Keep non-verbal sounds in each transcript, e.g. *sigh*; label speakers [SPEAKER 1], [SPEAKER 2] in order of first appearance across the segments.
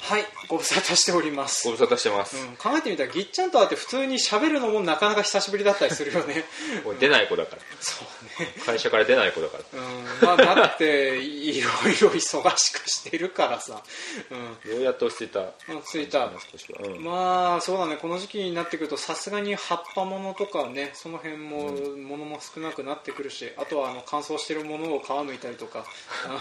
[SPEAKER 1] はいご無沙汰しております、
[SPEAKER 2] ご
[SPEAKER 1] うん、
[SPEAKER 2] 無沙汰してます、
[SPEAKER 1] 考えてみたらぎっちゃんと会って普通に喋るのもなかなか久しぶりだったりするよね *laughs*
[SPEAKER 2] もう出ない子だから
[SPEAKER 1] そうね
[SPEAKER 2] 会社から出ない子だから
[SPEAKER 1] うんまあだっていろいろ忙しくしてるからさ、う
[SPEAKER 2] ようやっと落ち着いた
[SPEAKER 1] ん、落ち着いた
[SPEAKER 2] 少しは、うん
[SPEAKER 1] まあそうだねこの時期になってくるとさすがに葉っぱものとかねその辺もものも少なくなってくるし、あとはあの乾燥してるものを皮むいたりとか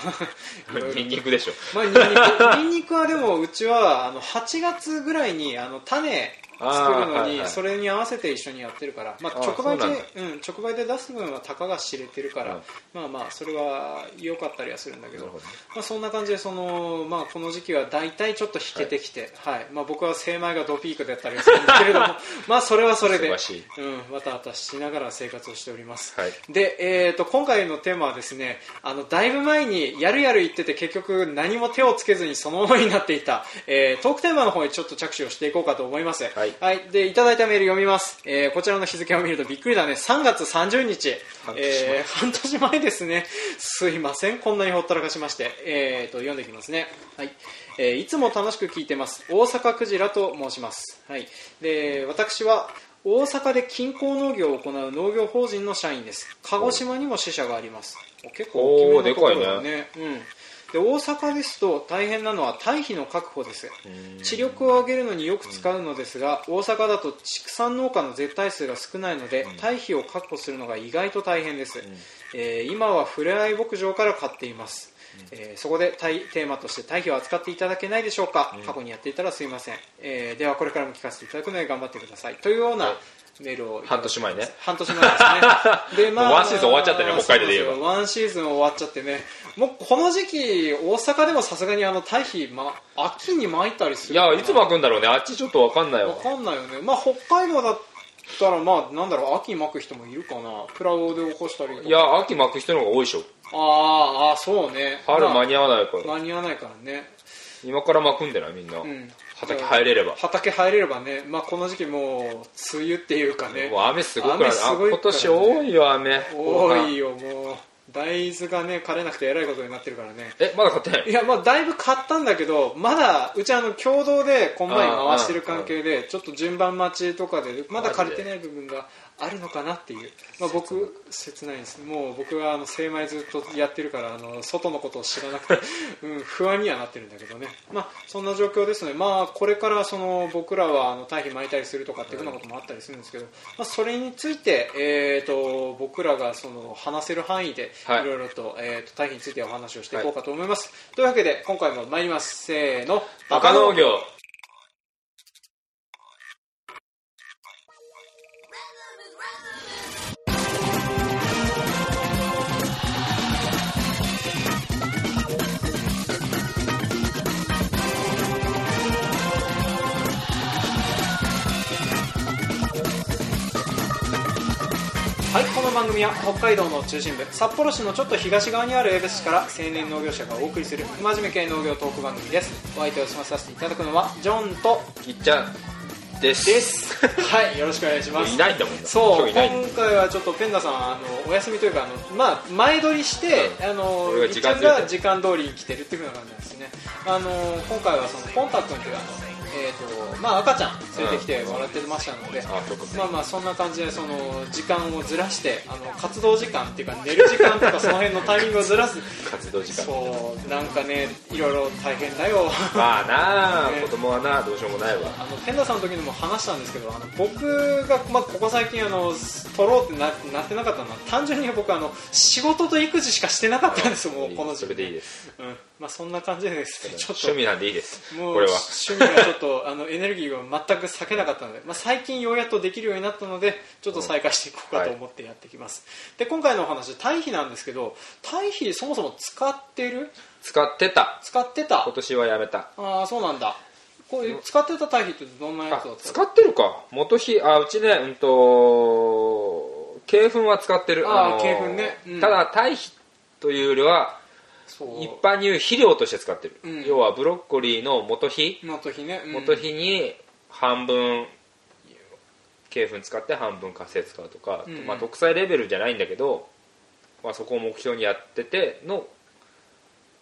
[SPEAKER 1] *laughs* いろいろ
[SPEAKER 2] ニンニクでしょ
[SPEAKER 1] まあ、ニンニ
[SPEAKER 2] *laughs*
[SPEAKER 1] クニンニクはでもうちはあの8月ぐらいにあの種作る
[SPEAKER 2] あー
[SPEAKER 1] の
[SPEAKER 2] はいは
[SPEAKER 1] に
[SPEAKER 2] い
[SPEAKER 1] それに合わせて一緒にやってるから、まあ、
[SPEAKER 2] あー
[SPEAKER 1] 直売で
[SPEAKER 2] そうなんだ
[SPEAKER 1] うん、直売で出す分はたかが知れてるから、
[SPEAKER 2] うん
[SPEAKER 1] まあまあそれは良かったりはするんだけど
[SPEAKER 2] なるほどね
[SPEAKER 1] まあ、そんな感じでその、まあ、この時期は大体ちょっと引けてきて、はいまあ、僕は精米がドピークだったりはするんだけれども
[SPEAKER 2] *laughs*
[SPEAKER 1] まあそれはそれで
[SPEAKER 2] 素晴らしい
[SPEAKER 1] うん、わたわたしながら生活をしております、
[SPEAKER 2] はい
[SPEAKER 1] で、えー、と今回のテーマはですねあのだいぶ前にやるやる言ってて結局何も手をつけずにそのままになっていた、えートークテーマの方にちょっと着手をしていこうかと思います、
[SPEAKER 2] はい
[SPEAKER 1] でいただいたメール読みます、えーこちらの日付を見るとびっくりだね3月30日
[SPEAKER 2] 半年前
[SPEAKER 1] えー半年前ですねすいませんこんなにほったらかしまして、えー、と読んでいきますね、はいえーいつも楽しく聞いてます大阪クジラと申します、はい、で私は大阪で近郊農業を行う農業法人の社員です鹿児島にも支社がありますお結構大きめのところだよねうんで大阪ですと大変なのは堆肥の確保です地力を上げるのによく使うのですが大阪だと畜産農家の絶対数が少ないので堆肥を確保するのが意外と大変です、えー今はふれあい牧場から買っています、えーそこで対テーマとして堆肥を扱っていただけないでしょうか、過去にやっていたらすいません、えーではこれからも聞かせていただくので頑張ってくださいというようなメールをいただ
[SPEAKER 2] 半
[SPEAKER 1] きました
[SPEAKER 2] 年前ね
[SPEAKER 1] 半年前ですね
[SPEAKER 2] *laughs*
[SPEAKER 1] で
[SPEAKER 2] もうワンシーズン終わっちゃったね北海道で言えば
[SPEAKER 1] そうそうワンシーズン終わっちゃってねもうこの時期大阪でもさすがにあの堆肥、ま、秋に巻いたりする
[SPEAKER 2] い
[SPEAKER 1] か
[SPEAKER 2] や
[SPEAKER 1] ら
[SPEAKER 2] いつ巻くんだろうねあっちちょっとわかんない
[SPEAKER 1] わ
[SPEAKER 2] わ
[SPEAKER 1] かんないよねまあ北海道だったらまあなんだろう秋巻く人もいるかなプラオで起こしたりとか
[SPEAKER 2] いや秋巻く人の方が多いでしょ
[SPEAKER 1] あーあーそうね
[SPEAKER 2] 春
[SPEAKER 1] まあ
[SPEAKER 2] 間に合わないから、
[SPEAKER 1] 間に合わないからね
[SPEAKER 2] 今から巻くんだよなみんな、
[SPEAKER 1] うん
[SPEAKER 2] 畑入れれば、
[SPEAKER 1] 畑入れればね、まあ、この時期もう梅雨っていうかね
[SPEAKER 2] もう雨すごくない
[SPEAKER 1] 雨すごいからね
[SPEAKER 2] あ今年多いよ雨後
[SPEAKER 1] 多
[SPEAKER 2] 半
[SPEAKER 1] いよもう大豆がね枯れなくてえらいことになってるからね
[SPEAKER 2] えまだ買ってない
[SPEAKER 1] いやまあだいぶ買ったんだけどまだうちあの共同でコンバイン回してる関係でちょっと順番待ちとかでまだ借りてない部分があるのかなっていう、まあ、僕切ないですもう僕はあの精米ずっとやってるからあの外のことを知らなくて、 *laughs* うん、不安にはなってるんだけどねまあそんな状況ですねまあこれからその僕らはあの堆肥巻いたりするとかっていうふうなこともあったりするんですけど、まあ、それについて、えー、と僕らがその話せる範囲で
[SPEAKER 2] はい
[SPEAKER 1] いろいろと,、えー、と堆肥についてお話をしていこうかと思います、というわけで今回も参りますせーの
[SPEAKER 2] バカ農業
[SPEAKER 1] はい、この番組は北海道の中心部札幌市のちょっと東側にある江別市から青年農業者がお送りする不真面目系農業トーク番組ですお相手を済まさせていただくのはジョンと
[SPEAKER 2] いっちゃんです
[SPEAKER 1] ですはいよろしくお願いします
[SPEAKER 2] *laughs* いないんだもんな
[SPEAKER 1] そう
[SPEAKER 2] 今日い
[SPEAKER 1] 今
[SPEAKER 2] ないんだ
[SPEAKER 1] 回はちょっとペンダさんあのお休みというかあの、まあ、前撮りして、
[SPEAKER 2] うん
[SPEAKER 1] あの
[SPEAKER 2] 俺が
[SPEAKER 1] いっ
[SPEAKER 2] 時
[SPEAKER 1] ちゃ
[SPEAKER 2] 間
[SPEAKER 1] ん
[SPEAKER 2] ずれて
[SPEAKER 1] が時間通りに来てるっていう風な感じなんですねあの今回はそのポンタ君というあの、えーとまあ、赤ちゃん連れてきて笑ってましたので、
[SPEAKER 2] あそうか
[SPEAKER 1] まあまあそんな感じでその時間をずらしてあの活動時間っていうか寝る時間とかその辺のタイミングをずらす
[SPEAKER 2] 活動時間
[SPEAKER 1] そうなんかねいろいろ大変だよ *laughs*
[SPEAKER 2] まあなあ、
[SPEAKER 1] ね
[SPEAKER 2] 子供はなどうしようもないわ
[SPEAKER 1] あのペンダさんの時にも話したんですけどあの僕が、まあ、ここ最近あの取ろうってななってなかったのは単純に僕あの仕事と育児しかしてなかったんですもうこの時期
[SPEAKER 2] それでいいです
[SPEAKER 1] うんまあ、そんな感じでですねちょっと
[SPEAKER 2] 趣味なんでいいです
[SPEAKER 1] もう
[SPEAKER 2] これは
[SPEAKER 1] 趣味がちょっとあのエネルギーが全く避けなかったので、まあ、最近ようやっとできるようになったのでちょっと再開していこうかと思ってやってきます、で今回のお話堆肥なんですけど堆肥そもそも使ってる
[SPEAKER 2] 使ってた
[SPEAKER 1] 使ってた
[SPEAKER 2] 今年はやめた
[SPEAKER 1] ああそうなんだこういう使ってた堆肥ってどんなや
[SPEAKER 2] あ
[SPEAKER 1] つだった
[SPEAKER 2] 使ってるか元肥あうちねうんと鶏粉は使ってる
[SPEAKER 1] あー
[SPEAKER 2] の
[SPEAKER 1] 鶏粉ねうん
[SPEAKER 2] ただ堆肥というよりは
[SPEAKER 1] そう
[SPEAKER 2] 一般に言う肥料として使ってる、
[SPEAKER 1] うん
[SPEAKER 2] 要はブロッコリーの元肥
[SPEAKER 1] 元肥ね、うん
[SPEAKER 2] 元肥に半分鶏粉使って半分活性使うとか、
[SPEAKER 1] うんうん
[SPEAKER 2] まあ、独裁レベルじゃないんだけど、まあ、そこを目標にやってての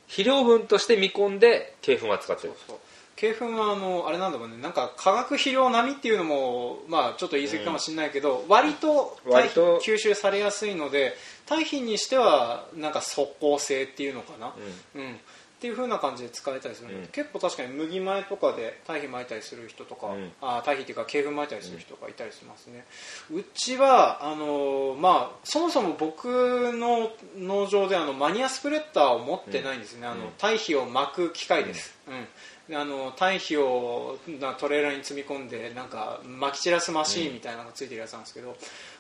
[SPEAKER 2] 肥料分として見込んで鶏粉は使ってる
[SPEAKER 1] そう鶏粉はあのあれなんだもんねなんか化学肥料並みっていうのも、まあ、ちょっと言い過ぎかもしれないけど、割と堆
[SPEAKER 2] 割と
[SPEAKER 1] 肥吸収されやすいので堆肥にしてはなんか即効性っていうのかな、うんっていう風な感じで使えたりするので、
[SPEAKER 2] うん
[SPEAKER 1] 結構確かに麦米とかで堆肥撒いたりする人とか、
[SPEAKER 2] うん
[SPEAKER 1] あ堆肥っていうか鶏粉撒いたりする人がいたりしますね、うちはあのーまあ、そもそも僕の農場であのマニアスプレッダーを持ってないんですね、あ
[SPEAKER 2] うん
[SPEAKER 1] の堆肥を撒く機械です、うんであの堆肥をなトレーラーに積み込んでなんか撒き散らすマシーンみたいなのがついてるやつなんですけど、ま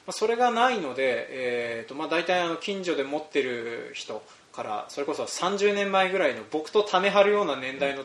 [SPEAKER 1] あ、それがないので、えーとまあ、大体あの近所で持ってる人からそれこそ30年前ぐらいの僕とためはるような年代の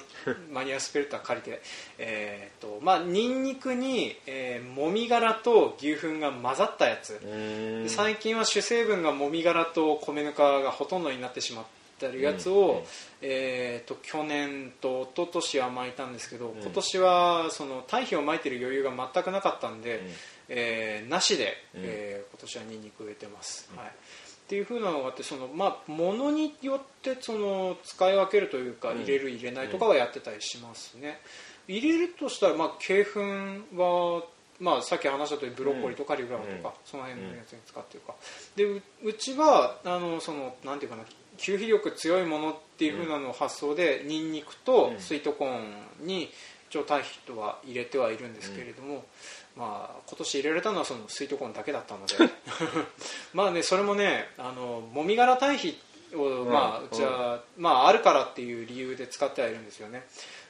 [SPEAKER 1] マニアスプレッダー借りて、えーとまあ、ニンニクに、えーもみ殻と牛糞が混ざったやつ、
[SPEAKER 2] うん
[SPEAKER 1] で最近は主成分がもみ殻と米ぬかがほとんどになってしまってるやつを、
[SPEAKER 2] うんうん
[SPEAKER 1] えー、と去年と一昨年は巻いたんですけど、
[SPEAKER 2] ん
[SPEAKER 1] 今年はその堆肥を巻いてる余裕が全くなかったんで、
[SPEAKER 2] うん
[SPEAKER 1] えーなしで、
[SPEAKER 2] うん
[SPEAKER 1] えー今年はニンニク植えてます。はいっていう風なのがあってその、まあ、ものによってその使い分けるというか
[SPEAKER 2] うん
[SPEAKER 1] 入れる入れないとかはやってたりしますね、入れるとしたら、まあ、鶏粉は、まあ、さっき話した通りブロッコリーとかリブラウンとか、
[SPEAKER 2] うん
[SPEAKER 1] その辺のやつに使ってるか、でううちはあのそのなんていうかな吸肥力強いものっていう風なのを発想で、ニンニクと
[SPEAKER 2] うん
[SPEAKER 1] スイートコーンに一応堆肥とは入れてはいるんですけれども、まあ今年入れられたのはそのスイートコーンだけだったので
[SPEAKER 2] *laughs*
[SPEAKER 1] まあねそれもねあのもみ殻堆肥を、
[SPEAKER 2] うん
[SPEAKER 1] まあ、うちは、まあ、あるからっていう理由で使ってはいるんですよね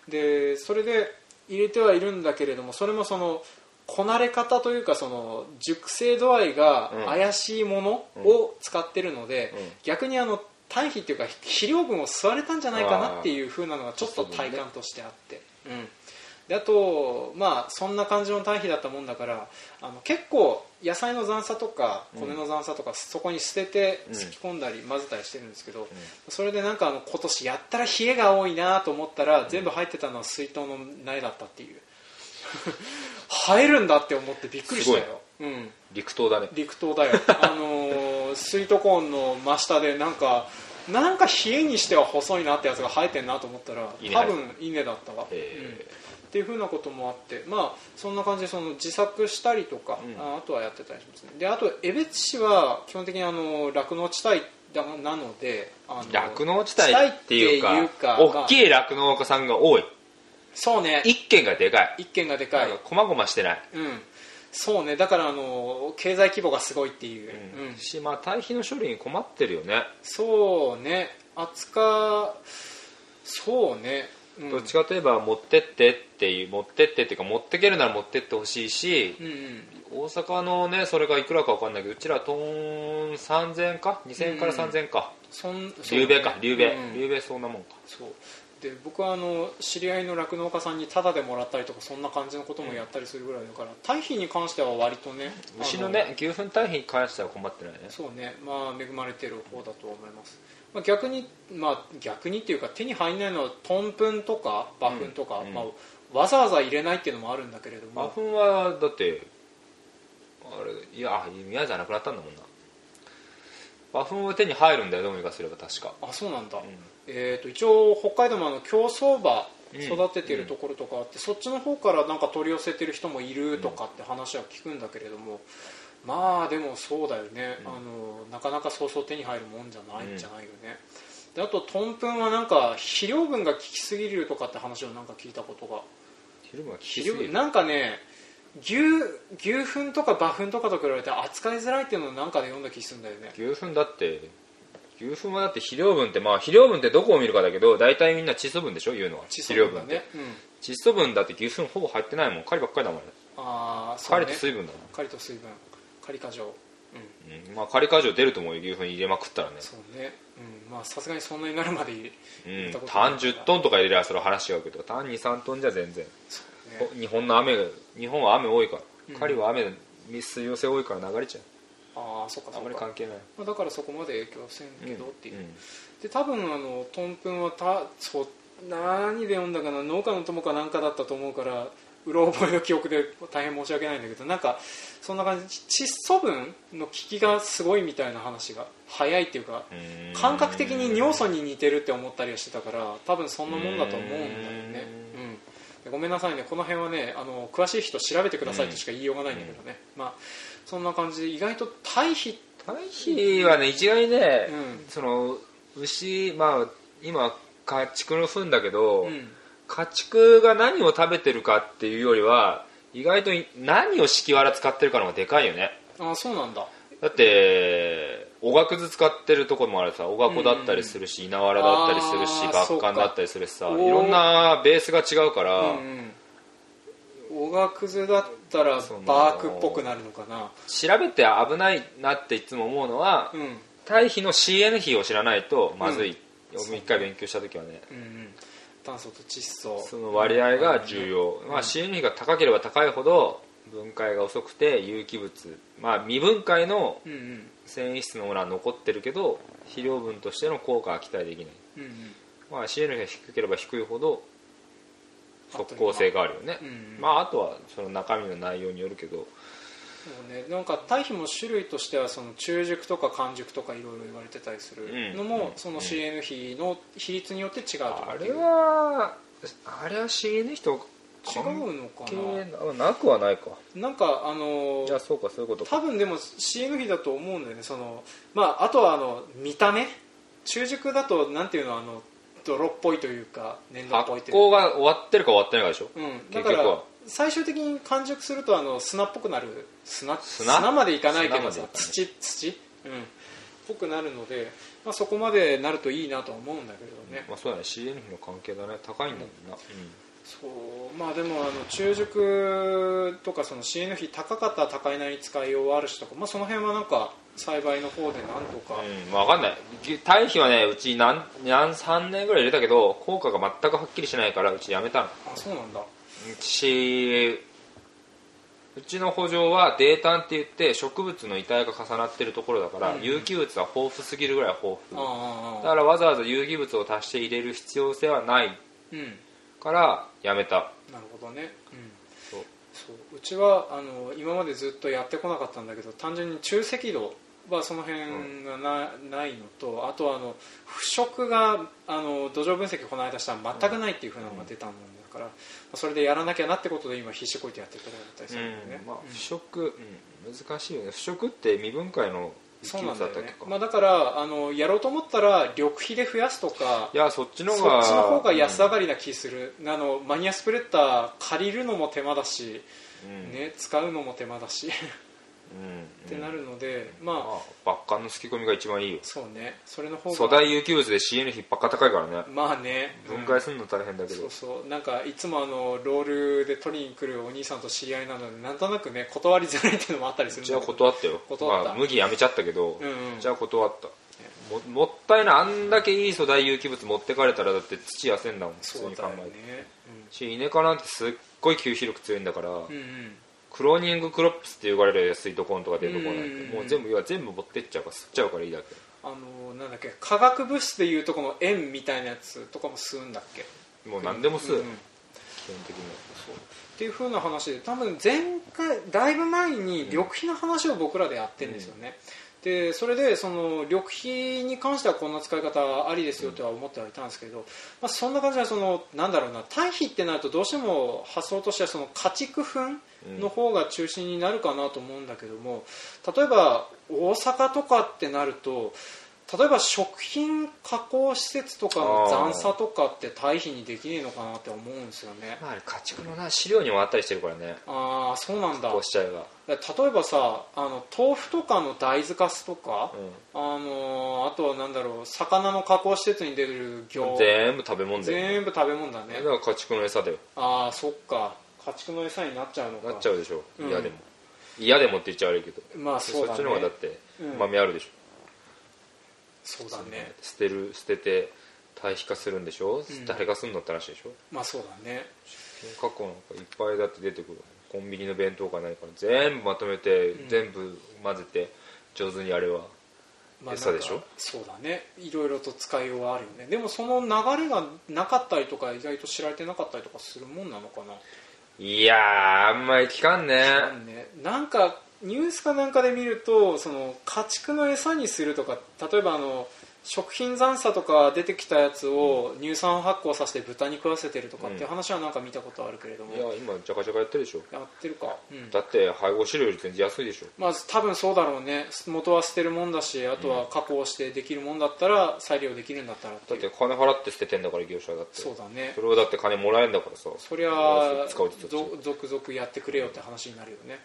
[SPEAKER 1] でそれで入れてはいるんだけれどもそれもそのこなれ方というかその熟成度合いが
[SPEAKER 2] うん
[SPEAKER 1] 怪しいものを使ってるので、
[SPEAKER 2] うん
[SPEAKER 1] 逆にあの堆肥っていうか肥料分を吸われたんじゃないかなっていう風なのがちょっと体感としてあって。うんであと、まあ、そんな感じの堆肥だったもんだからあの結構野菜の残差とか
[SPEAKER 2] うん
[SPEAKER 1] 米の残差とか、そこに捨てて
[SPEAKER 2] うん
[SPEAKER 1] すき込んだり混ぜたりしてるんですけど、それでなんかあの今年やったら冷えが多いなと思ったら、全部入ってたのは水筒の苗だったっていう *laughs* 生えるんだって思ってびっくりしたよ、うん、
[SPEAKER 2] 陸島だね
[SPEAKER 1] 陸東だよあのースイートコーンの真下でなんかなんか冷えにしては細いなってやつが生えてんなと思ったら
[SPEAKER 2] 稲
[SPEAKER 1] 多分稲だったわ、うん
[SPEAKER 2] え
[SPEAKER 1] っていうふうなこともあって、まあ、そんな感じでその自作したりとか、
[SPEAKER 2] うん
[SPEAKER 1] ああとはやってたりしますねであと江別市は基本的にあの酪農地帯だなのであの
[SPEAKER 2] ー酪農地帯っていう
[SPEAKER 1] 地帯っ
[SPEAKER 2] か
[SPEAKER 1] ていうか
[SPEAKER 2] 大きい酪農家さんが多い
[SPEAKER 1] そうね
[SPEAKER 2] 一軒がでかい
[SPEAKER 1] 一軒がでかい
[SPEAKER 2] なんか細々してない、
[SPEAKER 1] うんそうねだからあの経済規模がすごいっていう、うん
[SPEAKER 2] しまあ堆肥の処理に困ってるよね、
[SPEAKER 1] そうね扱そうね、うん、
[SPEAKER 2] どっちかといえば持ってってっていう持ってってっていうか持ってけるなら持ってってほしいし、
[SPEAKER 1] うんうん
[SPEAKER 2] 大阪のねそれがいくらか分かんないけどうちらトーン3000か2000から3000か、
[SPEAKER 1] そんそう
[SPEAKER 2] リュウベイかリュウベイ
[SPEAKER 1] うん
[SPEAKER 2] リュウベイそんなもんか
[SPEAKER 1] そうで僕はあの知り合いの酪農家さんにタダでもらったりとかそんな感じのこともやったりするぐらいだから堆肥に関しては割とね
[SPEAKER 2] 牛のね牛糞堆肥に関しては困ってないね
[SPEAKER 1] あのそうねまあ恵まれてる方だと思います、まあ、逆にまあ逆にっていうか手に入んないのはトンプンとか馬糞とか、
[SPEAKER 2] うん
[SPEAKER 1] まあ、わざわざ入れないっていうのもあるんだけれど
[SPEAKER 2] 馬
[SPEAKER 1] も
[SPEAKER 2] 糞はだってあれいやあ宮じゃなくなったんだもんな馬糞は手に入るんだよどうにかすれば確か、
[SPEAKER 1] あそうなんだ、
[SPEAKER 2] うん
[SPEAKER 1] えー、と一応北海道もあの競走馬
[SPEAKER 2] うん
[SPEAKER 1] 育ててるところとかあって、そっちの方からなんか取り寄せてる人もいるとかって話は聞くんだけれども、まあでもそうだよね、
[SPEAKER 2] うん
[SPEAKER 1] あのなかなかそうそう手に入るもんじゃない
[SPEAKER 2] うん
[SPEAKER 1] んじゃないよね、であとトンプンはなんか肥料分が効きすぎるとかって話をなんか聞いたことが
[SPEAKER 2] 昼間は効き
[SPEAKER 1] 肥
[SPEAKER 2] す
[SPEAKER 1] 料
[SPEAKER 2] ぎ
[SPEAKER 1] 分
[SPEAKER 2] る
[SPEAKER 1] なんかね牛牛糞とか馬糞とかと比べて扱いづらいっていうのをなんかで読んだ気するんだよね
[SPEAKER 2] 牛糞だって牛糞はだって肥料分ってまあ肥料分ってどこを見るかだけど大体みんな窒素分でしょ言うのは
[SPEAKER 1] 窒
[SPEAKER 2] 肥
[SPEAKER 1] 素
[SPEAKER 2] 料
[SPEAKER 1] 分が
[SPEAKER 2] 分って
[SPEAKER 1] ね、うん、
[SPEAKER 2] 窒素分だって牛糞ほぼ入ってないもんカリばっかりだもんね
[SPEAKER 1] ああそ
[SPEAKER 2] カ
[SPEAKER 1] う
[SPEAKER 2] リ
[SPEAKER 1] ね
[SPEAKER 2] と水分だもん
[SPEAKER 1] カリと水分カリ過剰うん
[SPEAKER 2] うんまあ、カリカジ出ると思うよ牛糞入れまくったらね、
[SPEAKER 1] そうねうんまあさすがにそんなになるまでいい、ね、
[SPEAKER 2] うん
[SPEAKER 1] たこと、ない
[SPEAKER 2] 単10トンとか入れればそれは話違うけど単23トンじゃ全然、ほ日本の雨が日本は雨多いから、
[SPEAKER 1] うん
[SPEAKER 2] カリは雨水寄せ多いから流れちゃ
[SPEAKER 1] ああそっか
[SPEAKER 2] うあ
[SPEAKER 1] そ
[SPEAKER 2] んま
[SPEAKER 1] っ
[SPEAKER 2] り
[SPEAKER 1] か
[SPEAKER 2] 関係ない
[SPEAKER 1] まあだからそこまで影響せんけどっていう、
[SPEAKER 2] うん
[SPEAKER 1] で多分あのトンプンはたそう何で読んだかな農家の友かなんかだったと思うからうろ覚えの記憶で大変申し訳ないんだけどなんかそんな感じ窒素分の効きがすごいみたいな話が早いっていうか
[SPEAKER 2] うん
[SPEAKER 1] 感覚的に尿素に似てるって思ったりはしてたから多分そんなもんだと思うんだよね
[SPEAKER 2] う
[SPEAKER 1] うんごめんなさいねこの辺はねあの詳しい人調べてくださいとしか言いようがないんだけどね、まあそんな感じで意外と対比
[SPEAKER 2] 堆肥はね一概ね、
[SPEAKER 1] うん
[SPEAKER 2] その牛まあ今家畜の糞だけど、
[SPEAKER 1] うん
[SPEAKER 2] 家畜が何を食べてるかっていうよりは意外とい何を敷きわら使ってるかの方がでかいよね
[SPEAKER 1] あそうなんだ
[SPEAKER 2] だっておがくず使ってるとこもあるさおがこだったりするし、稲わらだったりするし
[SPEAKER 1] あー
[SPEAKER 2] ばっかんだったりするしさいろんなベースが違うから、
[SPEAKER 1] うんうんおがくずだったら
[SPEAKER 2] その
[SPEAKER 1] バークっぽくなるのかな
[SPEAKER 2] 調べて危ないなっていつも思うのは
[SPEAKER 1] うん
[SPEAKER 2] 堆肥の CN 比を知らないとまずい、
[SPEAKER 1] そう
[SPEAKER 2] 僕一回勉強した時はね、
[SPEAKER 1] うんうん炭素と窒素
[SPEAKER 2] その割合が重要、まあ、CN 比が高ければ高いほど分解が遅くて有機物、まあ、未分解の
[SPEAKER 1] うんうん
[SPEAKER 2] 繊維質のものは残ってるけど肥料分としての効果は期待できない、
[SPEAKER 1] うんうん
[SPEAKER 2] まあ、CN 比が低ければ低いほど即効性があるよね
[SPEAKER 1] うんうん
[SPEAKER 2] まあ、あとはその中身の内容によるけど
[SPEAKER 1] そうね、なんか堆肥も種類としてはその中熟とか完熟とかいろいろ言われてたりするの
[SPEAKER 2] うんう
[SPEAKER 1] も
[SPEAKER 2] ん
[SPEAKER 1] その CN 比の比率によって違うとか
[SPEAKER 2] あ
[SPEAKER 1] ってい
[SPEAKER 2] れ
[SPEAKER 1] う
[SPEAKER 2] はあれは CN 比と
[SPEAKER 1] 違うのか
[SPEAKER 2] 関係ななくはないか
[SPEAKER 1] ななんかあの
[SPEAKER 2] じゃあそうかそういうことか
[SPEAKER 1] 多分でも CN 比だと思うんだよねその、まあ、あとはあの見た目中熟だとなんていうのあの泥っぽいというか粘土っ
[SPEAKER 2] 発
[SPEAKER 1] ぽいというか
[SPEAKER 2] 酵が終わってるか終わってないかでしょ
[SPEAKER 1] うん、だ
[SPEAKER 2] 結
[SPEAKER 1] か
[SPEAKER 2] 局は
[SPEAKER 1] ら最終的に完熟するとあの砂っぽくなる砂
[SPEAKER 2] 砂
[SPEAKER 1] までいかないけどさ
[SPEAKER 2] 砂までいかない
[SPEAKER 1] 土土、うん、っぽくなるので、まあ、そこまでなるといいなとは思うんだけどね、
[SPEAKER 2] まあそうだね CN 比の関係だね高いんだもんな、うん
[SPEAKER 1] そうまあでもあの中熟とかその CN 比高かったら高いなりに使いようはあるしとか、まあ、その辺はなんか栽培の方でなんとか、
[SPEAKER 2] うん、分かんない堆肥はねうち何何3年ぐらい入れたけど効果が全くはっきりしないからうちやめたの
[SPEAKER 1] あそうなんだ
[SPEAKER 2] うちうちの補助は泥炭って言って植物の遺体が重なってるところだから、
[SPEAKER 1] うん
[SPEAKER 2] 有機物は豊富すぎるぐらい豊
[SPEAKER 1] あ
[SPEAKER 2] 富だ
[SPEAKER 1] あああ
[SPEAKER 2] からわざわざ有機物を足して入れる必要性はない
[SPEAKER 1] うん
[SPEAKER 2] からやめた
[SPEAKER 1] なるほどね、うん、
[SPEAKER 2] そう
[SPEAKER 1] そううちはあの今までずっとやってこなかったんだけど単純に中赤土はその辺がな,、ないのとあとはあの腐食があの土壌分析この間したら全くないっていうふうなのが出たもんだから、まあそれでやらなきゃなってことで今必死こいてやってくれたりするんだよね、
[SPEAKER 2] うんまあ
[SPEAKER 1] うん
[SPEAKER 2] 腐食、うん難しいよね腐食って未分解の有
[SPEAKER 1] そう
[SPEAKER 2] 機
[SPEAKER 1] なん
[SPEAKER 2] 物だ
[SPEAKER 1] だよ
[SPEAKER 2] ったっけ
[SPEAKER 1] ね
[SPEAKER 2] か、
[SPEAKER 1] まあ、だからあのやろうと思ったら緑肥で増やすとか
[SPEAKER 2] いやそっちの
[SPEAKER 1] そっ
[SPEAKER 2] 方が
[SPEAKER 1] ちの方が安上がりな気する、あのマニアスプレッダー借りるのも手間だし、
[SPEAKER 2] うんうん
[SPEAKER 1] ね、使うのも手間だし
[SPEAKER 2] うん
[SPEAKER 1] ってなるので、
[SPEAKER 2] ま
[SPEAKER 1] まあ
[SPEAKER 2] あバッカンのすき込みが一番いいよ
[SPEAKER 1] そうねそれの方
[SPEAKER 2] 粗
[SPEAKER 1] が
[SPEAKER 2] 大有機物で CN 比ばっか高いからね
[SPEAKER 1] まあね
[SPEAKER 2] 分解するの大変だけど、
[SPEAKER 1] そうそうなんかいつもあのロールで取りに来るお兄さんと知り合いなのでなんとなくね断りづらいっていうのもあったりするんだ
[SPEAKER 2] じゃあ
[SPEAKER 1] けど
[SPEAKER 2] 断ったよ
[SPEAKER 1] 断った
[SPEAKER 2] まあ、麦やめちゃったけど、
[SPEAKER 1] うんうん
[SPEAKER 2] じゃあ断ったももったいないあんだけいい粗大有機物持ってかれたらだって土痩せんだもん普通
[SPEAKER 1] そう
[SPEAKER 2] に
[SPEAKER 1] だ
[SPEAKER 2] 考
[SPEAKER 1] よ
[SPEAKER 2] えて、
[SPEAKER 1] ね
[SPEAKER 2] しイネ科なんてすっごい吸収力強いんだから、
[SPEAKER 1] うんうん
[SPEAKER 2] クローニングクロップスって言われる安いとこんとか出るとこなんて、
[SPEAKER 1] うんうんうん
[SPEAKER 2] もう全部要は全部持ってっちゃうから吸っちゃうからいいだけ
[SPEAKER 1] あのなんだっけ化学物質でいうとこの塩みたいなやつとかも吸うんだっけ
[SPEAKER 2] もう何でも吸
[SPEAKER 1] う
[SPEAKER 2] う、
[SPEAKER 1] んうん
[SPEAKER 2] 基本的には
[SPEAKER 1] っていう風な話で多分前回だいぶ前に緑肥の話を僕らでやってるんですよね、でそれでその緑肥に関してはこんな使い方ありですよとは思ってはいたんですけど、まあ、そんな感じでそのなんだろうな堆肥ってなるとどうしても発想としてはその家畜糞の方が中心になるかなと思うんだけども例えば大阪とかってなると例えば食品加工施設とかの残差とかって堆肥にできねえのかなって思うんですよね。
[SPEAKER 2] まああれ家畜のな飼料にもあったりしてるからね
[SPEAKER 1] ああそうなんだ
[SPEAKER 2] こうしちゃえば、
[SPEAKER 1] 例えばさあの豆腐とかの大豆かすとか、
[SPEAKER 2] うん
[SPEAKER 1] あのーあとはなんだろう魚の加工施設に出る魚
[SPEAKER 2] 全部食べ物だよ、ね、
[SPEAKER 1] 全部食べ物だね
[SPEAKER 2] だから家畜の餌だよ
[SPEAKER 1] ああそっか家畜の餌になっちゃうのか
[SPEAKER 2] なっちゃうでしょ
[SPEAKER 1] うん
[SPEAKER 2] 嫌、でも嫌でもって言っちゃ悪いけど
[SPEAKER 1] まあそう
[SPEAKER 2] そ
[SPEAKER 1] だ
[SPEAKER 2] っ
[SPEAKER 1] ね
[SPEAKER 2] ちの方がだって
[SPEAKER 1] うん
[SPEAKER 2] まみあるでし
[SPEAKER 1] そう
[SPEAKER 2] ょ、
[SPEAKER 1] だね
[SPEAKER 2] 捨てる捨てて堆肥化するんでしょ、
[SPEAKER 1] ん
[SPEAKER 2] 誰がすんのって話でしょ
[SPEAKER 1] まあそうだね
[SPEAKER 2] 食品加工なんかいっぱいだって出てくるコンビニの弁当か何か全部まとめて、
[SPEAKER 1] ん
[SPEAKER 2] 全部混ぜて上手にやれば
[SPEAKER 1] まあ、
[SPEAKER 2] 餌でしょ
[SPEAKER 1] なんかそうだねいろいろと使いようはあるよねでもその流れがなかったりとか意外と知られてなかったりとかするもんなのかない
[SPEAKER 2] やーあんまり聞かんね
[SPEAKER 1] あのねなんかニュースかなんかで見るとその家畜の餌にするとか例えばあの食品残差とか出てきたやつを乳酸発酵させて豚に食わせてるとかっていう話はなんか見たことあるけれども、
[SPEAKER 2] いや今ジャカジャカやってるでしょ
[SPEAKER 1] やってるか、うん
[SPEAKER 2] だって配合飼料より全然安いでしょ
[SPEAKER 1] まあ、多分そうだろうね元は捨てるもんだしあとは加工してできるもんだったら再利用できるんだったらって
[SPEAKER 2] だっ
[SPEAKER 1] いう
[SPEAKER 2] て金払って捨ててんだから業者だって
[SPEAKER 1] そうだね
[SPEAKER 2] それをだって金もらえんだからさ
[SPEAKER 1] そりゃ
[SPEAKER 2] あ
[SPEAKER 1] あ
[SPEAKER 2] 使うって言って
[SPEAKER 1] ぞ続々やってくれよって話になるよね、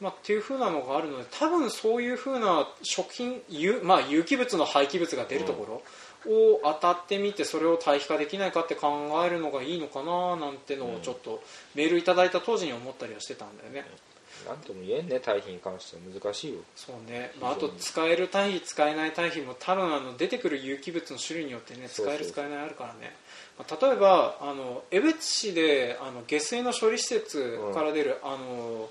[SPEAKER 1] まあ、っていう風なのがあるので多分そういう風な食品有,、まあ、有機物の廃棄物が出るところを当たってみてそれを対比化できないかって考えるのがいいのかななんてのをちょっとメールいただいた当時に思ったりはしてたんだよね、
[SPEAKER 2] なんとも言えんね堆肥に関しては難しいよ
[SPEAKER 1] そうね、まあ、あと使える堆肥使えない堆肥も多分あの出てくる有機物の種類によってね使
[SPEAKER 2] そうそう
[SPEAKER 1] える使えないあるからね、まあ、例えばあの江別市であの下水の処理施設から出る、あの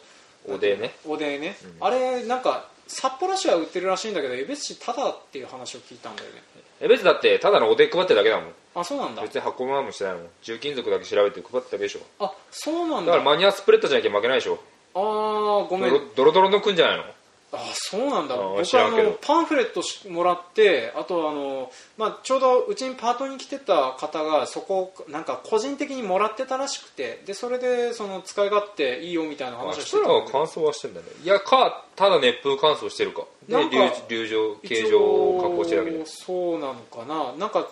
[SPEAKER 2] おでね
[SPEAKER 1] おでね、
[SPEAKER 2] うん
[SPEAKER 1] あれなんか札幌市は売ってるらしいんだけど江別市ただっていう話を聞いたんだよね
[SPEAKER 2] え別にだってただのおで配ってるだけだもん
[SPEAKER 1] あそうなんだ
[SPEAKER 2] 別に発酵も何もしてないもん重金属だけ調べて配ってるだけでしょ
[SPEAKER 1] あそうなんだ
[SPEAKER 2] だからマニアスプレッドじゃなきゃ負けないでしょ
[SPEAKER 1] あーご
[SPEAKER 2] ド
[SPEAKER 1] めん
[SPEAKER 2] ロドロドロのくんじゃないの
[SPEAKER 1] あそうなんだ
[SPEAKER 2] あ
[SPEAKER 1] 僕
[SPEAKER 2] 知
[SPEAKER 1] あ
[SPEAKER 2] らんけど
[SPEAKER 1] のパンフレットしもらってあとあの、まあ、ちょうどうちにパートに来てた方がそこをなんか個人的にもらってたらしくてでそれでその使い勝手いいよみたいな
[SPEAKER 2] あ
[SPEAKER 1] 話をしてた
[SPEAKER 2] そし
[SPEAKER 1] ん
[SPEAKER 2] たら
[SPEAKER 1] だけ
[SPEAKER 2] 乾
[SPEAKER 1] ど
[SPEAKER 2] 燥はしてんだねいやかただ熱風乾燥してるかで
[SPEAKER 1] なんか
[SPEAKER 2] 流流状形状を加工してるだけじゃん
[SPEAKER 1] 一応そうなのかななんか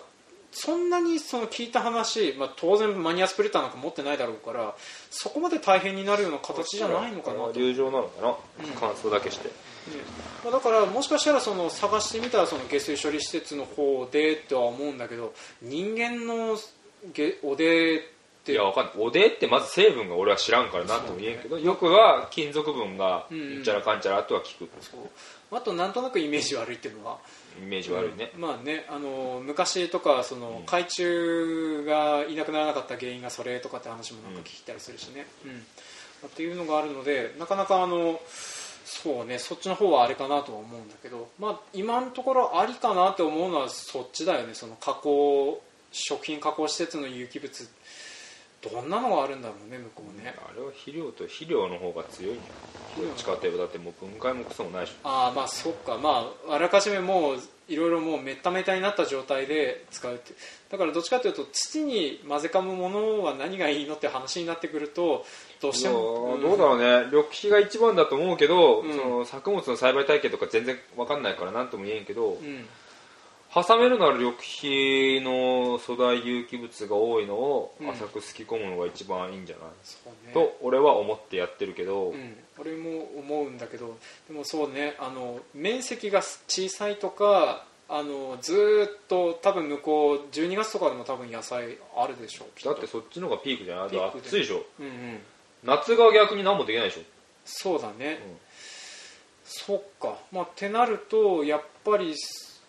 [SPEAKER 1] そんなにその聞いた話、まあ、当然マニアスプレッターなんか持ってないだろうからそこまで大変になるような形じゃないのかなと
[SPEAKER 2] 流状なのかな、乾燥だけして
[SPEAKER 1] ねまあ、だからもしかしたらその探してみたらその下水処理施設の方でとは思うんだけど人間のげおでって
[SPEAKER 2] いやわかんないおでってまず成分が俺は知らんからなんとも言えんけど、よくは金属分が
[SPEAKER 1] うんうん
[SPEAKER 2] いっちゃらかんちゃらあとは効く
[SPEAKER 1] そうあとなんとなくイメージ悪いっていうのは、
[SPEAKER 2] イメージ悪いね、
[SPEAKER 1] まあね、あの昔とかその海中がいなくならなかった原因がそれとかって話もなんか聞いたりするしね、うんまあっていうのがあるのでなかなかあのそうねそっちの方はあれかなとは思うんだけど、まあ、今のところありかなって思うのはそっちだよねその加工食品加工施設の有機物どんなのがあるんだろうね向こうね、
[SPEAKER 2] あれは肥料と肥料の方が強いんだどっちかといえばだってもう分解もクソもないでし
[SPEAKER 1] ああまあそっかまああらかじめもういろいろもうめっためたになった状態で使うってだからどっちかというと土に混ぜ込むものは何がいいのって話になってくるとどうして
[SPEAKER 2] ょ、
[SPEAKER 1] も、
[SPEAKER 2] いやーどうだろうね緑肥が一番だと思うけど、
[SPEAKER 1] うん
[SPEAKER 2] その作物の栽培体系とか全然わかんないからなんとも言えんけど、
[SPEAKER 1] うん
[SPEAKER 2] 挟めるなら緑肥の粗大有機物が多いのを浅くすき込むのが一番いいんじゃない、
[SPEAKER 1] そうね
[SPEAKER 2] と俺は思ってやってるけど、
[SPEAKER 1] うん、俺も思うんだけどでもそうねあの面積が小さいとかあのずーっと多分向こう12月とかでも多分野菜あるでしょうきっ
[SPEAKER 2] だ
[SPEAKER 1] と
[SPEAKER 2] ってそっちの方がピークじゃない
[SPEAKER 1] ピークで
[SPEAKER 2] 暑いでしょ
[SPEAKER 1] うんうん
[SPEAKER 2] 夏が逆に何もできないでしょ
[SPEAKER 1] そうだね、
[SPEAKER 2] ん
[SPEAKER 1] そっかまあてなるとやっぱり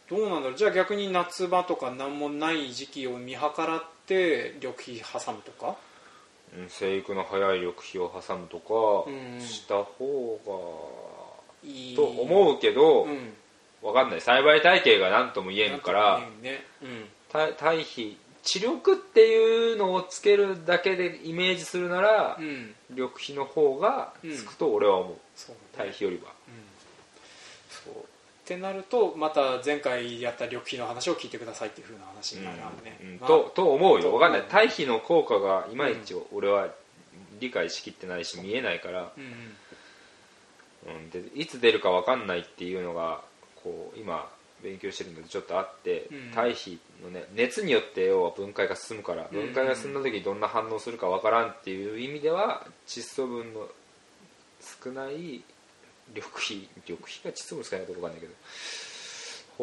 [SPEAKER 1] どうなんだろうじゃあ逆に夏場とか何もない時期を見計らって緑肥挟むとか
[SPEAKER 2] うん生育の早い緑肥を挟むとか
[SPEAKER 1] うん
[SPEAKER 2] した
[SPEAKER 1] い
[SPEAKER 2] 方が
[SPEAKER 1] い
[SPEAKER 2] と思うけど、
[SPEAKER 1] うん
[SPEAKER 2] わかんない栽培体系が何とも言えんか
[SPEAKER 1] な
[SPEAKER 2] ら
[SPEAKER 1] んとも言えんねうん
[SPEAKER 2] た堆肥知力っていうのをつけるだけでイメージするなら、
[SPEAKER 1] うん
[SPEAKER 2] 緑肥の方がつくと俺は思う、
[SPEAKER 1] そうだ
[SPEAKER 2] 対
[SPEAKER 1] ね
[SPEAKER 2] 比よりは
[SPEAKER 1] うんそうってなるとまた前回やった緑肥の話を聞いてくださいっていう風な話になるわね、
[SPEAKER 2] うん
[SPEAKER 1] まあ
[SPEAKER 2] とと思う
[SPEAKER 1] と
[SPEAKER 2] よ分かんない対比の効果がいまいち俺は理解しきってないし見えないから、
[SPEAKER 1] うんうん
[SPEAKER 2] うん、でいつ出るか分かんないっていうのがこう今勉強してるのでちょっとあって、
[SPEAKER 1] うん
[SPEAKER 2] 対比のね熱によって要は分解が進むから
[SPEAKER 1] うん
[SPEAKER 2] 分解が進んだ時にどんな反応するか分からんっていう意味では窒素分の少ない緑肥緑肥が窒素分少ないかどうかわかんないけど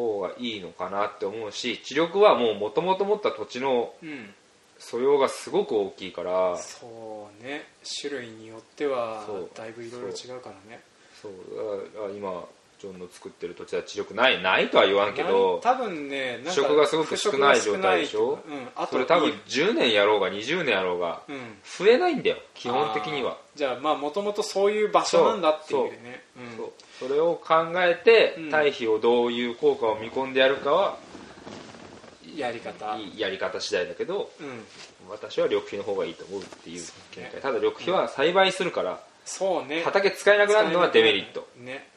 [SPEAKER 2] 方がいいのかなって思うし知力はもう元々持った土地の
[SPEAKER 1] うん
[SPEAKER 2] 素養がすごく大きいから
[SPEAKER 1] そうね種類によっては
[SPEAKER 2] そう
[SPEAKER 1] だいぶいろいろ違うからね
[SPEAKER 2] そうだから今ジョンの作ってる土地は知力ないないとは言わんけど
[SPEAKER 1] 多分ねなんか
[SPEAKER 2] 食がすごく少ない状態でしょ
[SPEAKER 1] 腐食が少ないっていうかうん、あと
[SPEAKER 2] それ多
[SPEAKER 1] い
[SPEAKER 2] 分
[SPEAKER 1] い
[SPEAKER 2] 10年やろうが20年やろうが
[SPEAKER 1] うん、
[SPEAKER 2] 増えないんだよ基本的には
[SPEAKER 1] あーじゃあまあもともとそういう場所なんだっていうねうん
[SPEAKER 2] そうそれを考えて
[SPEAKER 1] うん
[SPEAKER 2] 堆肥をどういう効果を見込んでやるかは
[SPEAKER 1] やり方
[SPEAKER 2] いいやり方次第だけど
[SPEAKER 1] うん
[SPEAKER 2] 私は緑肥の方がいいと思うっていう見
[SPEAKER 1] そ
[SPEAKER 2] 解
[SPEAKER 1] うね
[SPEAKER 2] ただ緑肥は栽培するから
[SPEAKER 1] そうね
[SPEAKER 2] 畑使えなくなるのはデメリット
[SPEAKER 1] ね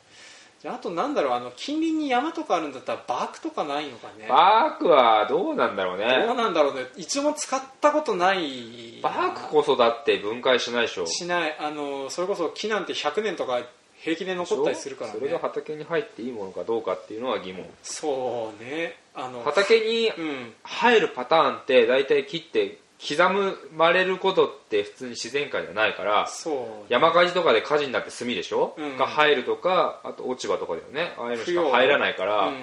[SPEAKER 1] じゃああとなんだろうあの近隣に山とかあるんだったらバークとかないのかね
[SPEAKER 2] バークはどうなんだろう
[SPEAKER 1] どう
[SPEAKER 2] ね
[SPEAKER 1] なんだろうね一度も使ったことない
[SPEAKER 2] バークこそだって分解しないでしょ
[SPEAKER 1] しないあのそれこそ木なんて100年とか平気で残ったりするからね
[SPEAKER 2] それが畑に入っていいものかどうかっていうのは疑問
[SPEAKER 1] そうねあの
[SPEAKER 2] 畑に
[SPEAKER 1] うん
[SPEAKER 2] 入るパターンって大体切って刻まれることって普通に自然界じゃないから
[SPEAKER 1] そう
[SPEAKER 2] 山火事とかで火事になって炭でしょ、
[SPEAKER 1] うん
[SPEAKER 2] が入るとかあと落ち葉とかだよねああいうのし
[SPEAKER 1] 不
[SPEAKER 2] か
[SPEAKER 1] 要
[SPEAKER 2] 入らないから、
[SPEAKER 1] うん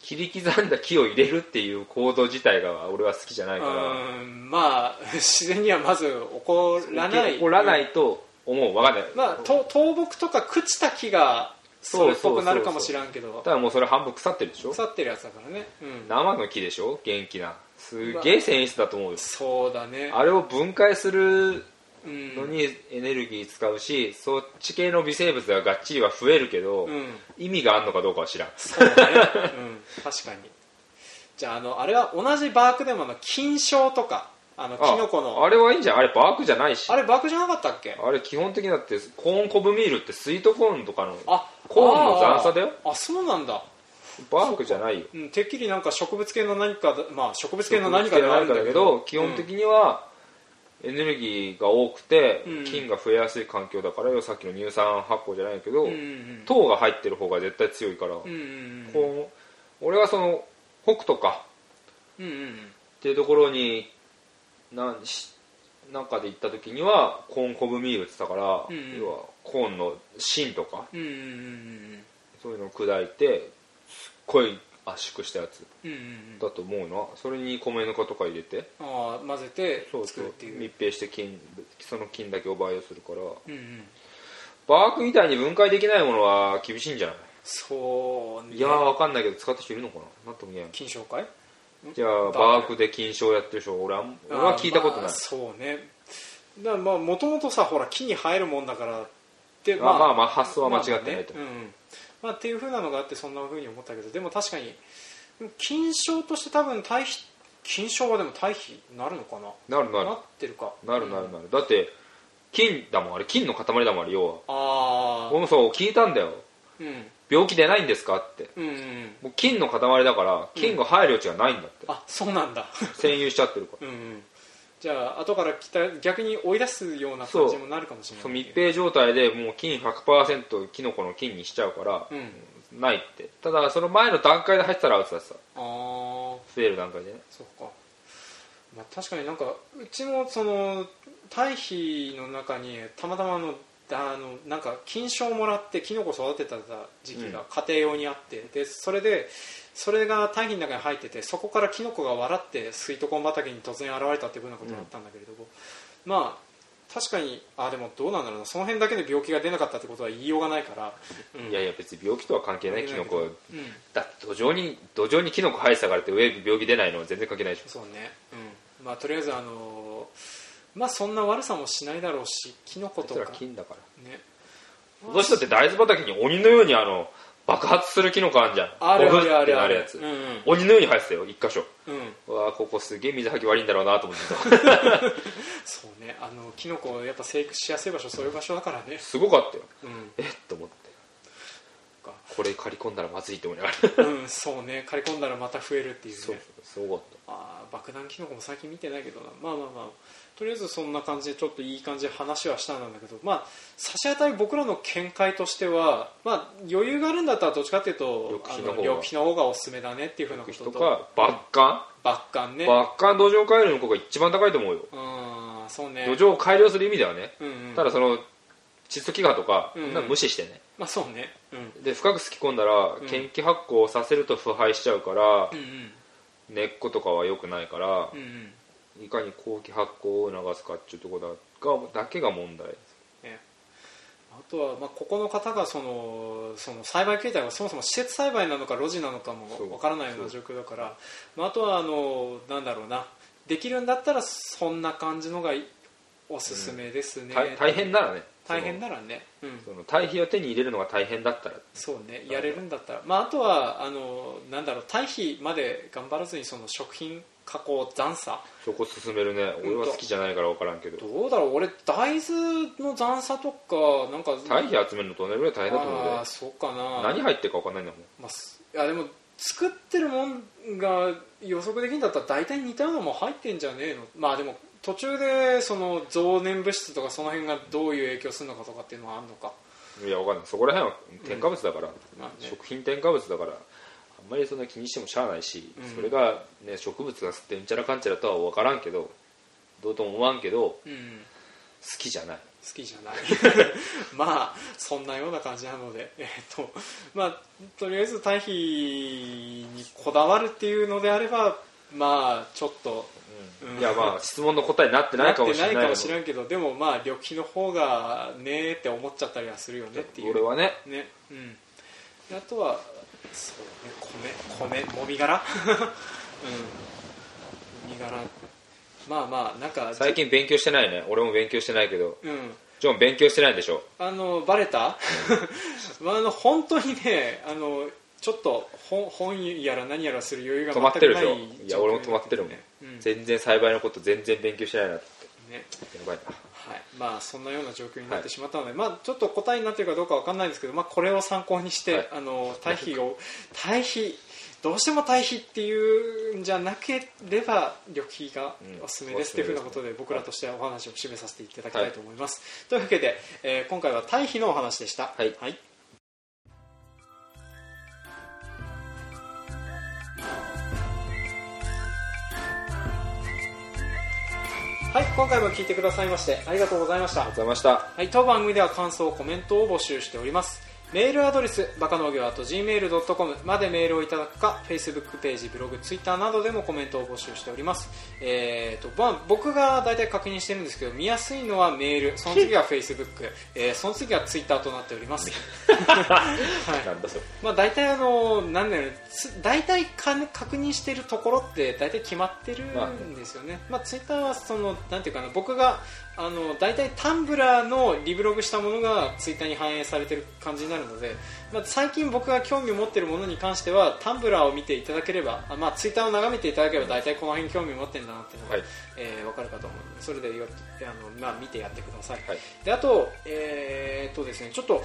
[SPEAKER 2] 切り刻んだ木を入れるっていう行動自体が俺は好きじゃないから
[SPEAKER 1] うんまあ *laughs* 自然にはまず起こらない
[SPEAKER 2] 起こらないと思うわかんない、
[SPEAKER 1] まあ、と倒木とか朽ちた木がそれっぽくなるかもしらんけど
[SPEAKER 2] ただもうそれ半分腐ってるでしょ
[SPEAKER 1] 腐ってるやつだからね、うん、
[SPEAKER 2] 生の木でしょ元気なすげえ繊維質だと思うよ
[SPEAKER 1] そうだね
[SPEAKER 2] あれを分解する
[SPEAKER 1] うん
[SPEAKER 2] のにエネルギー使うし、そっち系の微生物ががっちりは増えるけど、
[SPEAKER 1] うん
[SPEAKER 2] 意味があるのかどうかは知らん
[SPEAKER 1] そうね、うん、確かにじゃああのあれは同じバークでもあの金賞とかあのキノコの
[SPEAKER 2] あ
[SPEAKER 1] あ
[SPEAKER 2] あれはいいんじゃんあれバークじゃないしあ
[SPEAKER 1] れバークじゃなかったっけ
[SPEAKER 2] れ基本的にだってコーンコブミールってスイートコーンとかの
[SPEAKER 1] あ
[SPEAKER 2] コーンの残差だよ
[SPEAKER 1] あーあそうなんだ、
[SPEAKER 2] バークじゃないよ
[SPEAKER 1] うん、てっきりなんか植物系の何かだまあ植物
[SPEAKER 2] 植
[SPEAKER 1] 系
[SPEAKER 2] 物
[SPEAKER 1] の何
[SPEAKER 2] 系
[SPEAKER 1] かではあるん
[SPEAKER 2] の何
[SPEAKER 1] だ
[SPEAKER 2] だ
[SPEAKER 1] け
[SPEAKER 2] け
[SPEAKER 1] ど
[SPEAKER 2] ど基本的にはエネルギーが多くて、
[SPEAKER 1] うん
[SPEAKER 2] 菌が増えやすい環境だからよさっきの乳酸発酵じゃないけど、
[SPEAKER 1] うんうん
[SPEAKER 2] 糖が入ってる方が絶対強いか
[SPEAKER 1] う
[SPEAKER 2] ら、
[SPEAKER 1] んうんうん
[SPEAKER 2] こう俺はその北斗か
[SPEAKER 1] うんうん
[SPEAKER 2] っていうところになんしなんかで行った時にはコーンコブミールって言ってたから、
[SPEAKER 1] うんうん
[SPEAKER 2] 要はコーンの芯とか
[SPEAKER 1] うんうんうん
[SPEAKER 2] そういうのを砕いてすっごい圧縮したやつ
[SPEAKER 1] うんうんうん
[SPEAKER 2] だと思うなそれに米ぬかとか入れて
[SPEAKER 1] ああ混ぜて
[SPEAKER 2] そう
[SPEAKER 1] 作
[SPEAKER 2] そう
[SPEAKER 1] るっていう
[SPEAKER 2] 密閉して菌その菌だけを培養するから
[SPEAKER 1] うんうん
[SPEAKER 2] バークみたいに分解できないものは厳しいんじゃない、
[SPEAKER 1] そうね
[SPEAKER 2] いやーわかんないけど使った人いるのかななんとも言えない
[SPEAKER 1] 金賞会
[SPEAKER 2] じゃあ
[SPEAKER 1] バーク
[SPEAKER 2] バークで金賞やってる人俺あん俺は聞いたこと
[SPEAKER 1] ま
[SPEAKER 2] な
[SPEAKER 1] あ
[SPEAKER 2] い
[SPEAKER 1] そうねだからまあもともとさほら木に生えるもんだからって
[SPEAKER 2] まあまあまあ発想は間違ってないと
[SPEAKER 1] まあねうんまあ、っていうふうなのがあってそんなふうに思ったけどでも確かにでも金賞として多分対比金賞はでも対比になるのかな
[SPEAKER 2] なるなる
[SPEAKER 1] なってるか
[SPEAKER 2] なるなる
[SPEAKER 1] うん
[SPEAKER 2] なるだって金だもんあれ金の塊だもんあれ要は
[SPEAKER 1] ああ
[SPEAKER 2] 俺もそう聞いたんだよ
[SPEAKER 1] うん
[SPEAKER 2] 病気出ないんですかって
[SPEAKER 1] うんうん
[SPEAKER 2] もう金の塊だから金が入る余地がないんだって、
[SPEAKER 1] あそうなんだ
[SPEAKER 2] 占有しちゃってるから
[SPEAKER 1] うんうんじゃあ後から来た逆に追い出すような感じもなるかもしれない
[SPEAKER 2] そう密閉状態でもう金100%キノコの金にしちゃうから、
[SPEAKER 1] うん
[SPEAKER 2] ないってただその前の段階で入ってたらアウトだってさ
[SPEAKER 1] ああ
[SPEAKER 2] 増える段階でね
[SPEAKER 1] そっか、まあ、確かになんかうちもその堆肥の中にたまたまあのあのなんか金賞をもらってキノコ育てた時期が家庭用にあって、でそれでそれが堆肥の中に入っててそこからキノコが笑ってスイートコーン畑に突然現れたっていうふうなことだったんだけれども、まあ確かにあでもどうなんだろうなその辺だけで病気が出なかったってことは言いようがないから、うん
[SPEAKER 2] いやいや別に病気とは関係ない
[SPEAKER 1] 関
[SPEAKER 2] キ
[SPEAKER 1] 係な
[SPEAKER 2] ノ
[SPEAKER 1] いけど
[SPEAKER 2] コ
[SPEAKER 1] うん
[SPEAKER 2] だって土壌に土壌にキノコ生えてたからって上病気出ないのは全然関係ないでしょ
[SPEAKER 1] そうね、うんまあ、とりあえずあのーまあそんな悪さもしないだろうしキノコ
[SPEAKER 2] そ
[SPEAKER 1] と
[SPEAKER 2] れ
[SPEAKER 1] か
[SPEAKER 2] は金だから
[SPEAKER 1] ね
[SPEAKER 2] この人って大豆畑に鬼のようにあの爆発するキノコあんじゃん
[SPEAKER 1] あるあるあ
[SPEAKER 2] ボブって
[SPEAKER 1] る
[SPEAKER 2] な
[SPEAKER 1] あ
[SPEAKER 2] る
[SPEAKER 1] る
[SPEAKER 2] やつ、
[SPEAKER 1] うんうん
[SPEAKER 2] 鬼のように生えてたよ一箇所
[SPEAKER 1] うん、
[SPEAKER 2] うわーここすげえ水はき悪いんだろうなと思ってた
[SPEAKER 1] そうねあのキノコやっぱ生育しやすい場所そういう場所だからね
[SPEAKER 2] すごかったよ
[SPEAKER 1] う
[SPEAKER 2] えっと思って
[SPEAKER 1] か
[SPEAKER 2] これ刈り込んだらまずいと思いながら
[SPEAKER 1] ん、うん、そうね刈り込んだらまた増えるっていうね
[SPEAKER 2] そうそうすごかっ
[SPEAKER 1] あー爆弾キノコも最近見てないけどなまあまあまあとりあえずそんな感じでちょっといい感じで話はしたんだけど、まあ、差し当たり僕らの見解としては、まあ、余裕があるんだったらどっちかっていうと
[SPEAKER 2] 緑肥の方
[SPEAKER 1] あ
[SPEAKER 2] が
[SPEAKER 1] 肥の方がおすすめだねっていうふうな
[SPEAKER 2] た
[SPEAKER 1] こ
[SPEAKER 2] 人
[SPEAKER 1] とと
[SPEAKER 2] かバッカ
[SPEAKER 1] バッカンね
[SPEAKER 2] ンバッカン土壌改良の効果一番高いと思うよ
[SPEAKER 1] うんそうね
[SPEAKER 2] 土壌を改良する意味ではね
[SPEAKER 1] うんうん
[SPEAKER 2] ただその窒素飢餓とか
[SPEAKER 1] うん
[SPEAKER 2] なんか無視してね
[SPEAKER 1] まあそうねうん
[SPEAKER 2] で深くすき込んだら
[SPEAKER 1] ん
[SPEAKER 2] 研気発酵させると腐敗しちゃうから
[SPEAKER 1] うんうん
[SPEAKER 2] 根っことかは良くないから
[SPEAKER 1] うんうん
[SPEAKER 2] いかに後期発酵を促すかっていうところだがだけが問題
[SPEAKER 1] ねあとは、まあ、ここの方がそのその栽培形態がそもそも施設栽培なのか路地なのか
[SPEAKER 2] そう
[SPEAKER 1] もわからないような状況だから、まあ、あとはあのなんだろうなできるんだったらそんな感じのがいおすすめですね、
[SPEAKER 2] 大大変ならね
[SPEAKER 1] 大変ならね、うん、
[SPEAKER 2] その堆肥を手に入れるのが大変だったら
[SPEAKER 1] そうねやれるんだったら、まあ、あとはあのなんだろう堆肥まで頑張らずにその食品加工残差
[SPEAKER 2] そこ進めるね俺は好きじゃないから分からんけど
[SPEAKER 1] どうだろう俺大豆の残差とかなんか
[SPEAKER 2] 堆肥集めるのと同じぐらい大変だと思
[SPEAKER 1] あ
[SPEAKER 2] う
[SPEAKER 1] あ
[SPEAKER 2] んで
[SPEAKER 1] そうかな
[SPEAKER 2] 何入ってるか分かんないんだもん
[SPEAKER 1] まあす、いやでも作ってるもんが予測できるんだったら大体似たようなもん入ってんじゃねえのまあでも途中でその増粘物質とかその辺がどういう影響するのかとかっていうのはあるのか
[SPEAKER 2] いや分かんないそこら辺は添加物だから、
[SPEAKER 1] まあね
[SPEAKER 2] 食品添加物だからあんまりそんな気にしてもしゃあないし、
[SPEAKER 1] うん
[SPEAKER 2] それが、ね、植物が吸ってうんちゃらかんちゃらとは分からんけどどうとも思わんけど好
[SPEAKER 1] うん
[SPEAKER 2] きじゃない
[SPEAKER 1] 好きじゃない *laughs* まあそんなような感じなので、えっとまあ、とりあえず堆肥にこだわるっていうのであればまあちょっとうん
[SPEAKER 2] いやまあ質問の答えになってないかもしれない
[SPEAKER 1] なってないかも
[SPEAKER 2] け
[SPEAKER 1] し
[SPEAKER 2] ど
[SPEAKER 1] れんけどでもまあ緑肥の方がねえって思っちゃったりはするよねっていう
[SPEAKER 2] 俺はね
[SPEAKER 1] ねうんであとはそうね米米もみ殻 *laughs* うんもみ殻まあまあなんか
[SPEAKER 2] 最近勉強してないね俺も勉強してないけど
[SPEAKER 1] うん
[SPEAKER 2] ジョン勉強してないでしょ
[SPEAKER 1] あのバレたま *laughs* ああの本当にねあのちょっと本本やら何やらする余裕が
[SPEAKER 2] 止まって
[SPEAKER 1] 全
[SPEAKER 2] る
[SPEAKER 1] く
[SPEAKER 2] で
[SPEAKER 1] ない
[SPEAKER 2] しょいや俺も止まってるもん、
[SPEAKER 1] ね,、うん、ね
[SPEAKER 2] 全然栽培のこと全然勉強してないなってやばいな
[SPEAKER 1] はいまあ、そんなような状況になってしまったので、まあ、ちょっと答えになってるかどうかわかんないんですけど、まあ、これを参考にして、
[SPEAKER 2] はい
[SPEAKER 1] あの対比を対比どうしても対比っていうんじゃなければ緑肥がおすすめです
[SPEAKER 2] うん
[SPEAKER 1] というふうな
[SPEAKER 2] おすすめですね
[SPEAKER 1] ことで僕らとしてはお話を締めさせていただきたいと思います、というわけで、えー今回は対比のお話でした、
[SPEAKER 2] はい
[SPEAKER 1] はいはい、今回も聞いてくださいましてありがとうございました
[SPEAKER 2] ありがとうございました
[SPEAKER 1] はい、当番組では感想コメントを募集しておりますメールアドレスバカ農業 .gmail.com までメールをいただくか Facebook ページブログツイッターなどでもコメントを募集しております、えーとまあ、僕が大体確認してるんですけど見やすいのはメールその次は Facebook、えーその次はツイッターとなっております、はい
[SPEAKER 2] なんだそれ
[SPEAKER 1] まあ、大体あのなんだろうつ大体か確認しているところって大体決まってるんですよね、まあツイッターはそのなんていうかな僕があの大体タンブラーのリブログしたものがツイッターに反映されてる感じになるので、まあ、最近僕が興味を持っているものに関してはタンブラーを見ていただければあ、まあ、ツイッターを眺めていただければ大体この辺に興味を持ってるんだなっていうのが、
[SPEAKER 2] はい
[SPEAKER 1] えーわかるかと思うのでそれでよあの、まあ、見てやってください
[SPEAKER 2] はい
[SPEAKER 1] であと,、えーっとですね、ちょっとこ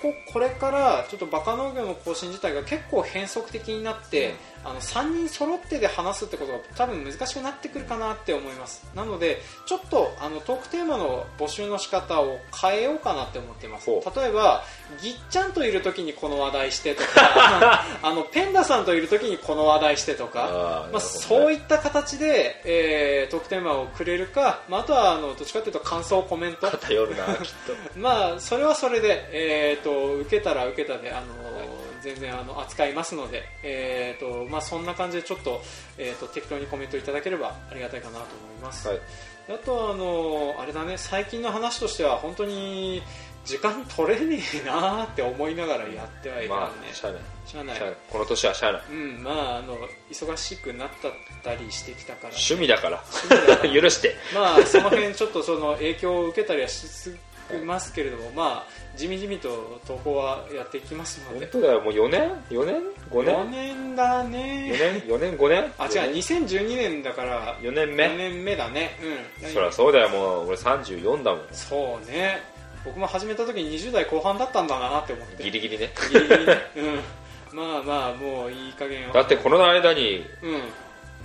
[SPEAKER 1] ここれからちょっとバカ農業の更新自体が結構変則的になって、あの3人揃ってで話すってことが多分難しくなってくるかなって思いますなのでちょっとあのトークテーマの募集の仕方を変えようかなって思ってます
[SPEAKER 2] ほ
[SPEAKER 1] 例えばぎっちゃんといる時にこの話題してと
[SPEAKER 2] *laughs*
[SPEAKER 1] かあのペンダさんといる時にこの話題してとか
[SPEAKER 2] あ
[SPEAKER 1] まあ、そうい
[SPEAKER 2] い
[SPEAKER 1] った形で、えー、トークテーマをくれるか、まあ、あとはあのどっちかというと感想、コメント、
[SPEAKER 2] 偏るなきっと
[SPEAKER 1] まあ、それはそれで、えー、と受けたら受けたで、あの全然あの扱いますので、えーとまあ、そんな感じでちょっと,、えー、と適当にコメントいただければありがたいかなと思います。
[SPEAKER 2] はい
[SPEAKER 1] あとはあのあれだね最近の話としては本当に時間取れねえなーって思いながらやってはいたん
[SPEAKER 2] ま
[SPEAKER 1] で、
[SPEAKER 2] あしゃあない
[SPEAKER 1] しゃあない
[SPEAKER 2] しゃあないこの年はしゃあない
[SPEAKER 1] うんまああの忙しくなったりしてきた
[SPEAKER 2] *laughs*
[SPEAKER 1] から
[SPEAKER 2] 趣味だから
[SPEAKER 1] だから
[SPEAKER 2] 許して
[SPEAKER 1] まあその辺ちょっとその影響を受けたりはしすぎますけれどもまあ地味地味と投稿はやっていきますの
[SPEAKER 2] 本
[SPEAKER 1] で
[SPEAKER 2] 当だよもう4年4年5年
[SPEAKER 1] 4年だね
[SPEAKER 2] 4年4年5年
[SPEAKER 1] あ違う2012年だから
[SPEAKER 2] 4年
[SPEAKER 1] 4
[SPEAKER 2] 目
[SPEAKER 1] 年目だねうん
[SPEAKER 2] そりゃそうだよもう俺34だもん
[SPEAKER 1] そうね僕も始めた時20代後半だったんだなって思って
[SPEAKER 2] ギリギリね
[SPEAKER 1] ギリギリねうんまあまあもういい加減は
[SPEAKER 2] だってこの間に
[SPEAKER 1] うん、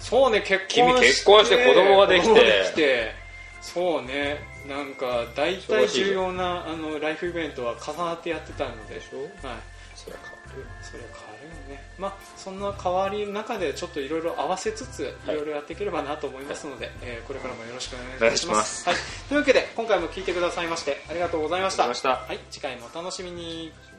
[SPEAKER 1] そうね結婚
[SPEAKER 2] 君結婚して子供ができて
[SPEAKER 1] 子供ができてそうねなんか大体
[SPEAKER 2] 忙し
[SPEAKER 1] 重
[SPEAKER 2] いじゃん
[SPEAKER 1] 要なあのライフイベントは重なってやってたので
[SPEAKER 2] でしょ
[SPEAKER 1] はい
[SPEAKER 2] そりゃ変わるよ
[SPEAKER 1] それは変わるよねまあそんな変わりの中でちょっといろいろ合わせつつい
[SPEAKER 2] はい
[SPEAKER 1] ろいろやっていければなと思いますので、えーこれからもよろしくお
[SPEAKER 2] お
[SPEAKER 1] 願
[SPEAKER 2] 願
[SPEAKER 1] い
[SPEAKER 2] い
[SPEAKER 1] し
[SPEAKER 2] し
[SPEAKER 1] ま
[SPEAKER 2] ますす
[SPEAKER 1] はい、というわけで今回も聞いてくださいましてありがとうございました
[SPEAKER 2] ありがとうございまし
[SPEAKER 1] は
[SPEAKER 2] た
[SPEAKER 1] い次回もお楽しみに
[SPEAKER 2] お